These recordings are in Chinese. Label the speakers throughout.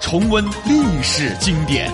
Speaker 1: 重温历史经典。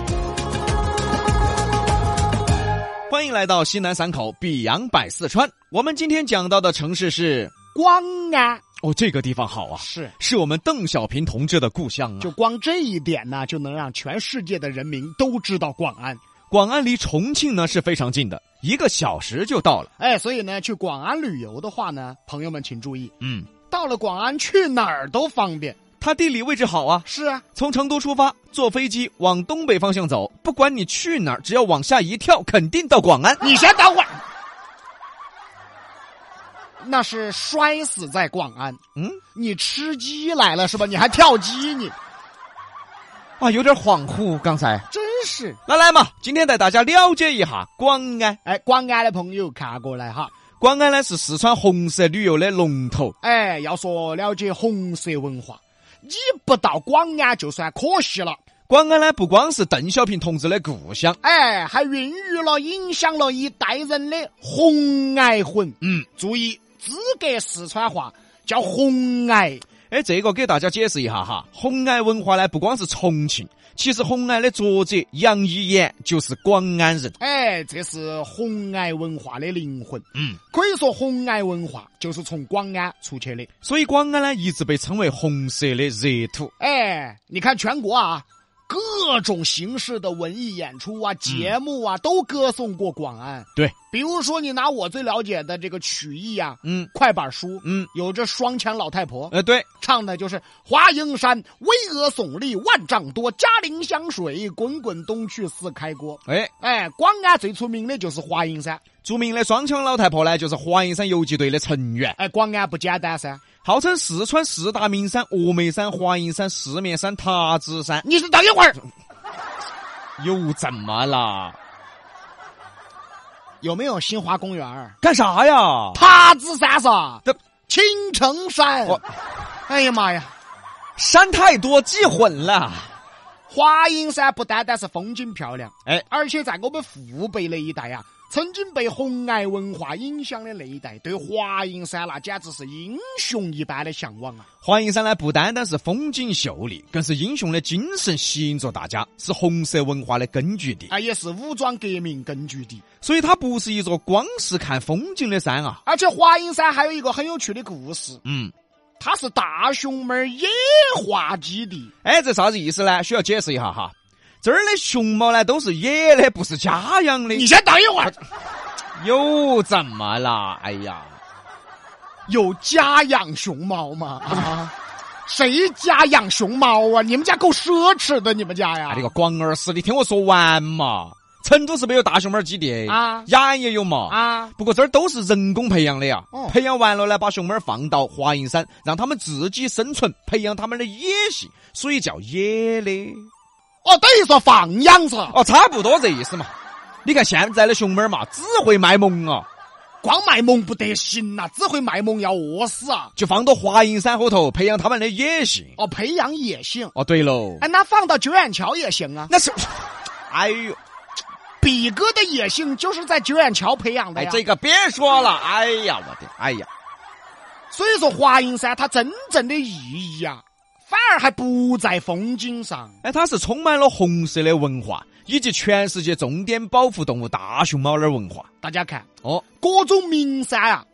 Speaker 2: 欢迎来到西南散口，比洋百四川。我们今天讲到的城市是
Speaker 3: 光啊，
Speaker 2: 哦，这个地方好啊，
Speaker 3: 是
Speaker 2: 是我们邓小平同志的故乡啊。
Speaker 3: 就光这一点呢，就能让全世界的人民都知道广安。
Speaker 2: 广安离重庆呢是非常近的，一个小时就到了。
Speaker 3: 哎，所以呢，去广安旅游的话呢，朋友们请注意，
Speaker 2: 嗯，
Speaker 3: 到了广安去哪儿都方便。
Speaker 2: 它地理位置好啊，
Speaker 3: 是啊，
Speaker 2: 从成都出发，坐飞机往东北方向走，不管你去哪儿，只要往下一跳，肯定到广安。
Speaker 3: 你先等会儿。那是摔死在广安，
Speaker 2: 嗯
Speaker 3: 你吃鸡来了是吧？你还跳鸡你，
Speaker 2: 啊，有点恍惚刚才。
Speaker 3: 真是！
Speaker 2: 来来嘛，今天带大家了解一下广安。
Speaker 3: 哎，广安的朋友看过来哈，
Speaker 2: 广安呢是四川红色旅游的龙头，
Speaker 3: 哎，要说了解红色文化，你不到广安就算可惜了。
Speaker 2: 广安呢不光是邓小平同志的故乡，
Speaker 3: 哎，还孕育了、影响了一代人的红矮魂。
Speaker 2: 嗯，
Speaker 3: 注意，资格四川话叫红矮。
Speaker 2: 哎，这个给大家解释一下哈，红矮文化呢不光是重庆，其实红矮的作者杨一言就是广安人。
Speaker 3: 哎，这是红矮文化的灵魂。
Speaker 2: 嗯，
Speaker 3: 可以说红矮文化就是从广安出去的。
Speaker 2: 所以广安呢一直被称为红色的热土。
Speaker 3: 哎，你看全国啊，各种形式的文艺演出啊、节目啊，都歌颂过广安。
Speaker 2: 对，
Speaker 3: 比如说你拿我最了解的这个曲艺啊，
Speaker 2: 嗯
Speaker 3: 快板书，
Speaker 2: 嗯，
Speaker 3: 有这双枪老太婆，
Speaker 2: 呃，对，
Speaker 3: 唱的就是“华蓥山巍峨耸立万丈多，嘉陵香水滚滚东去似开锅”。
Speaker 2: 哎，
Speaker 3: 哎，广安最出名的就是华蓥山。
Speaker 2: 著名的双枪老太婆呢就是华蓥山游击队的成员，
Speaker 3: 哎，广安不简单噻！
Speaker 2: 号称四川四大名山：峨眉山、华蓥山、四面山、塔子山。
Speaker 3: 你是等一会儿，
Speaker 2: 又怎么啦？
Speaker 3: 有没有新华公园？
Speaker 2: 干啥呀？
Speaker 3: 塔子山是吧
Speaker 2: 这？
Speaker 3: 青城山
Speaker 2: 我。
Speaker 3: 哎呀妈呀！
Speaker 2: 山太多，记混了。
Speaker 3: 华蓥山不单单是风景漂亮，
Speaker 2: 哎，
Speaker 3: 而且在我们父辈那一代啊，曾经被红崖文化影响的那一代，对华蓥山那简直是英雄一般的向往啊！
Speaker 2: 华蓥山呢，不单单是风景秀丽，更是英雄的精神吸引着大家，是红色文化的根据地。
Speaker 3: 啊，也是武装革命根据地。
Speaker 2: 所以它不是一座光是看风景的山啊。
Speaker 3: 而且华蓥山还有一个很有趣的故事，
Speaker 2: 嗯，
Speaker 3: 它是大熊猫野化基地。
Speaker 2: 哎，这啥子意思呢？需要解释一下哈。这儿的熊猫呢，都是野的，不是家养的。
Speaker 3: 你先等一会儿，
Speaker 2: 又怎么啦？哎呀，
Speaker 3: 啊有家养熊猫吗？啊，谁家养熊猫啊？你们家够奢侈的，你们家呀？
Speaker 2: 啊，这个广儿市，你听我说完嘛。成都是没有大熊猫基地
Speaker 3: 啊
Speaker 2: 雅安也有嘛
Speaker 3: 啊，
Speaker 2: 不过这儿都是人工培养的呀，
Speaker 3: 哦
Speaker 2: 培养完了呢，把熊猫儿放到华蓥山，让它们自己生存，培养它们的野性，所以叫野的。
Speaker 3: 哦，等于说放养是吧，
Speaker 2: 哦，差不多这意思嘛。你看现在的熊猫儿嘛，只会卖萌啊，
Speaker 3: 光卖萌不得行呐、只会卖萌要饿死啊！
Speaker 2: 就放到华蓥山后头培养它们的野性。
Speaker 3: 哦，培养野性，
Speaker 2: 哦，对喽，
Speaker 3: 哎，那放到九眼桥也行啊。
Speaker 2: 那是，哎呦，
Speaker 3: 比哥的野性就是在九眼桥培养的
Speaker 2: 哎，
Speaker 3: 呀。
Speaker 2: 这个别说了，哎呀，我的，哎呀，
Speaker 3: 所以说，华蓥山它真正的意义啊，反而还不在风景上。
Speaker 2: 哎，它是充满了红色的文化，以及全世界重点保护动物大熊猫的文化。
Speaker 3: 大家看，
Speaker 2: 哦，
Speaker 3: 各种名山啊，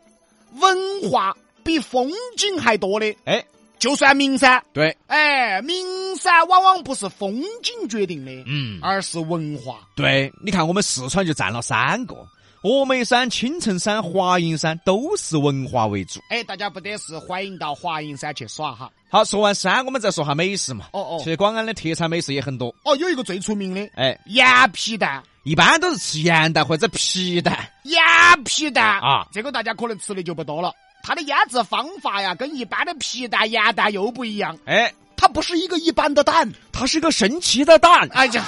Speaker 3: 文化比风景还多的，
Speaker 2: 哎，
Speaker 3: 就算名山，
Speaker 2: 对，
Speaker 3: 哎，名山往往不是风景决定的，
Speaker 2: 嗯。
Speaker 3: 而是文化。
Speaker 2: 对，你看我们四川就占了三个，峨眉山、青城山、华蓥山都是文化为主。
Speaker 3: 哎，大家不得是欢迎到华蓥山去耍哈。
Speaker 2: 好，说完山，我们再说下美食嘛。
Speaker 3: 哦哦
Speaker 2: 其实广安的特产美食也很多，
Speaker 3: 哦，有一个最出名的
Speaker 2: 哎，
Speaker 3: 盐皮蛋，
Speaker 2: 一般都是吃盐蛋或者皮蛋。
Speaker 3: 盐皮蛋
Speaker 2: 啊
Speaker 3: 这个大家可能吃的就不多了。它的腌制方法呀，跟一般的皮蛋、盐蛋又不一样，
Speaker 2: 哎，
Speaker 3: 它它不是一个一般的蛋，
Speaker 2: 它是个神奇的蛋。
Speaker 3: 哎 呀，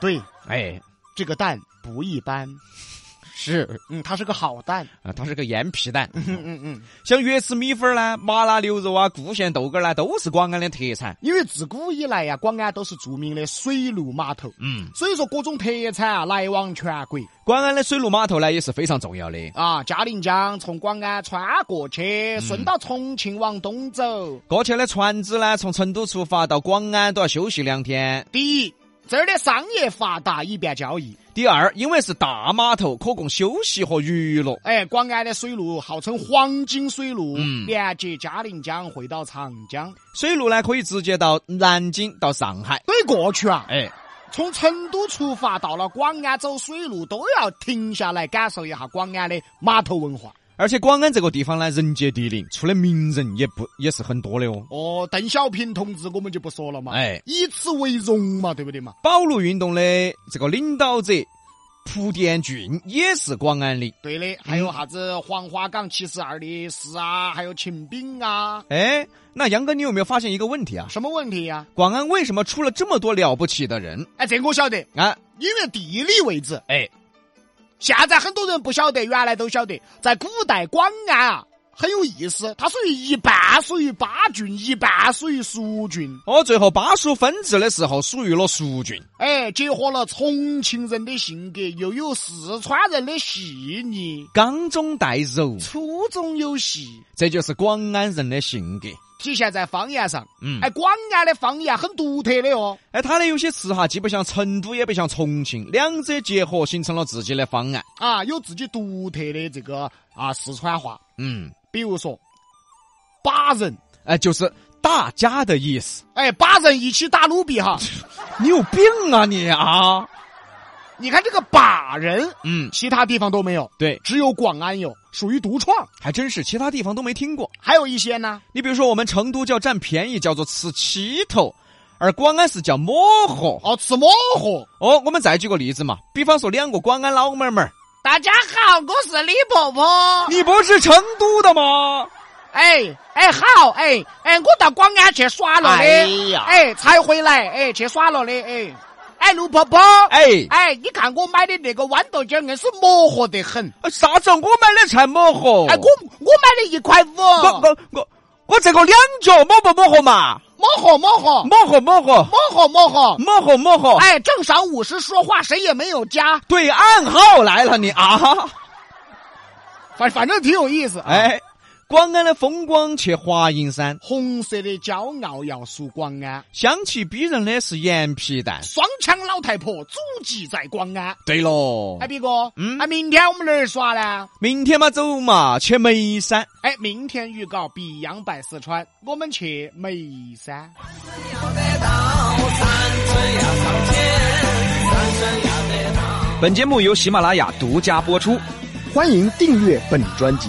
Speaker 3: 对，
Speaker 2: 哎，
Speaker 3: 这个蛋不一般，
Speaker 2: 是
Speaker 3: 嗯，它是个好蛋，
Speaker 2: 啊，它是个盐皮蛋。
Speaker 3: 嗯嗯嗯，
Speaker 2: 像粤式米粉儿呢、麻辣牛肉啊、固县豆干儿呢，都是广安的特产。
Speaker 3: 因为自古以来呀、广安都是著名的水陆码头，
Speaker 2: 嗯，
Speaker 3: 所以说各种特产啊来往全国
Speaker 2: 广安的水陆码头呢也是非常重要的。
Speaker 3: 啊，嘉陵江从广安穿过
Speaker 2: 嗯
Speaker 3: 去，顺到重庆往东走。
Speaker 2: 过去的船只呢，从成都出发到广安都要休息两天。
Speaker 3: 第一，这儿的商业发达，以便交易。
Speaker 2: 第二，因为是大码头，可供休息和娱乐。
Speaker 3: 哎，广安的水路号称黄金水路，
Speaker 2: 嗯
Speaker 3: 连接嘉陵江汇到长江。
Speaker 2: 水路呢可以直接到南京、到上海。
Speaker 3: 所以过去啊，
Speaker 2: 哎，
Speaker 3: 从成都出发到了广安走水路，都要停下来感受一下广安的码头文化。
Speaker 2: 而且广安这个地方呢，人杰地灵，出的名人也不也是很多的哦。
Speaker 3: 哦，邓小平同志我们就不说了嘛，
Speaker 2: 哎
Speaker 3: 以此为荣嘛，对不对嘛？
Speaker 2: 保路运动的这个领导者蒲殿俊也是广安的。
Speaker 3: 对的，还有啥子黄花岗七十二烈士啊，还有秦兵啊，
Speaker 2: 哎，那杨哥，你有没有发现一个问题啊？
Speaker 3: 什么问题呀、
Speaker 2: 广安为什么出了这么多了不起的人
Speaker 3: 哎，这个我晓得，
Speaker 2: 啊？
Speaker 3: 因为地理位置。
Speaker 2: 哎，
Speaker 3: 现在很多人不晓得，原来都晓得，在古代广安啊很有意思，它属于一半属于巴郡，一半属于蜀郡，
Speaker 2: 哦，最后巴蜀分治的时候属于了蜀郡。
Speaker 3: 哎，结合了重庆人的性格，又有四川人的细腻，
Speaker 2: 刚中带柔，
Speaker 3: 粗中有细，
Speaker 2: 这就是广安人的性格。
Speaker 3: 体现在方言上。
Speaker 2: 嗯
Speaker 3: 哎，广安的方言很独特的哦。
Speaker 2: 哎，他的有些词哈，既不像成都，也不像重庆，两者结合形成了自己的方案。
Speaker 3: 啊，有自己独特的这个啊四川话，
Speaker 2: 嗯，
Speaker 3: 比如说把人，
Speaker 2: 哎，就是大家的意思。
Speaker 3: 哎，把人一起打鲁比哈。
Speaker 2: 你有病啊你啊！
Speaker 3: 你看这个把人，
Speaker 2: 嗯，
Speaker 3: 其他地方都没有，
Speaker 2: 对，
Speaker 3: 只有广安有，属于独创。
Speaker 2: 还真是，其他地方都没听过。
Speaker 3: 还有一些呢，
Speaker 2: 你比如说，我们成都叫占便宜，叫做吃七头，而广安是叫抹合。
Speaker 3: 哦，吃抹合。
Speaker 2: 哦，我们再举个例子嘛，比方说两个广安老妹儿们儿，
Speaker 3: 大家好，我是李婆婆。
Speaker 2: 你不是成都的吗？
Speaker 3: 哎哎好，哎哎，我到广安去耍了的，
Speaker 2: 哎呀
Speaker 3: 哎才回来，哎去耍了的，哎哎卢婆婆，哎
Speaker 2: 哎，
Speaker 3: 哎，你看我买的那个豌豆尖硬是磨合得很。
Speaker 2: 哎啥子？我买的才抹合。
Speaker 3: 哎，我我买了一块五，
Speaker 2: 我我我我这个两脚抹不抹合嘛？
Speaker 3: 抹合抹合
Speaker 2: 抹合抹合
Speaker 3: 抹合抹合。
Speaker 2: 抹合抹合。
Speaker 3: 哎，正晌午时说话谁也没有加，
Speaker 2: 对，暗号来了你啊！
Speaker 3: 反反正挺有意思。哎，
Speaker 2: 哎，广安的风光去华阴山，
Speaker 3: 红色的骄傲要啊属广安，
Speaker 2: 香气逼人的是盐皮蛋。
Speaker 3: 双枪老太婆祖籍在广安。
Speaker 2: 对喽
Speaker 3: 哎，，毕哥，
Speaker 2: 嗯
Speaker 3: 哎，明天我们哪儿耍呢？
Speaker 2: 明天嘛走嘛，去眉山。
Speaker 3: 哎，明天预告《比洋百四川》，我们去眉山。
Speaker 1: 本节目由喜马拉雅独家播出。
Speaker 4: 欢迎订阅本专辑，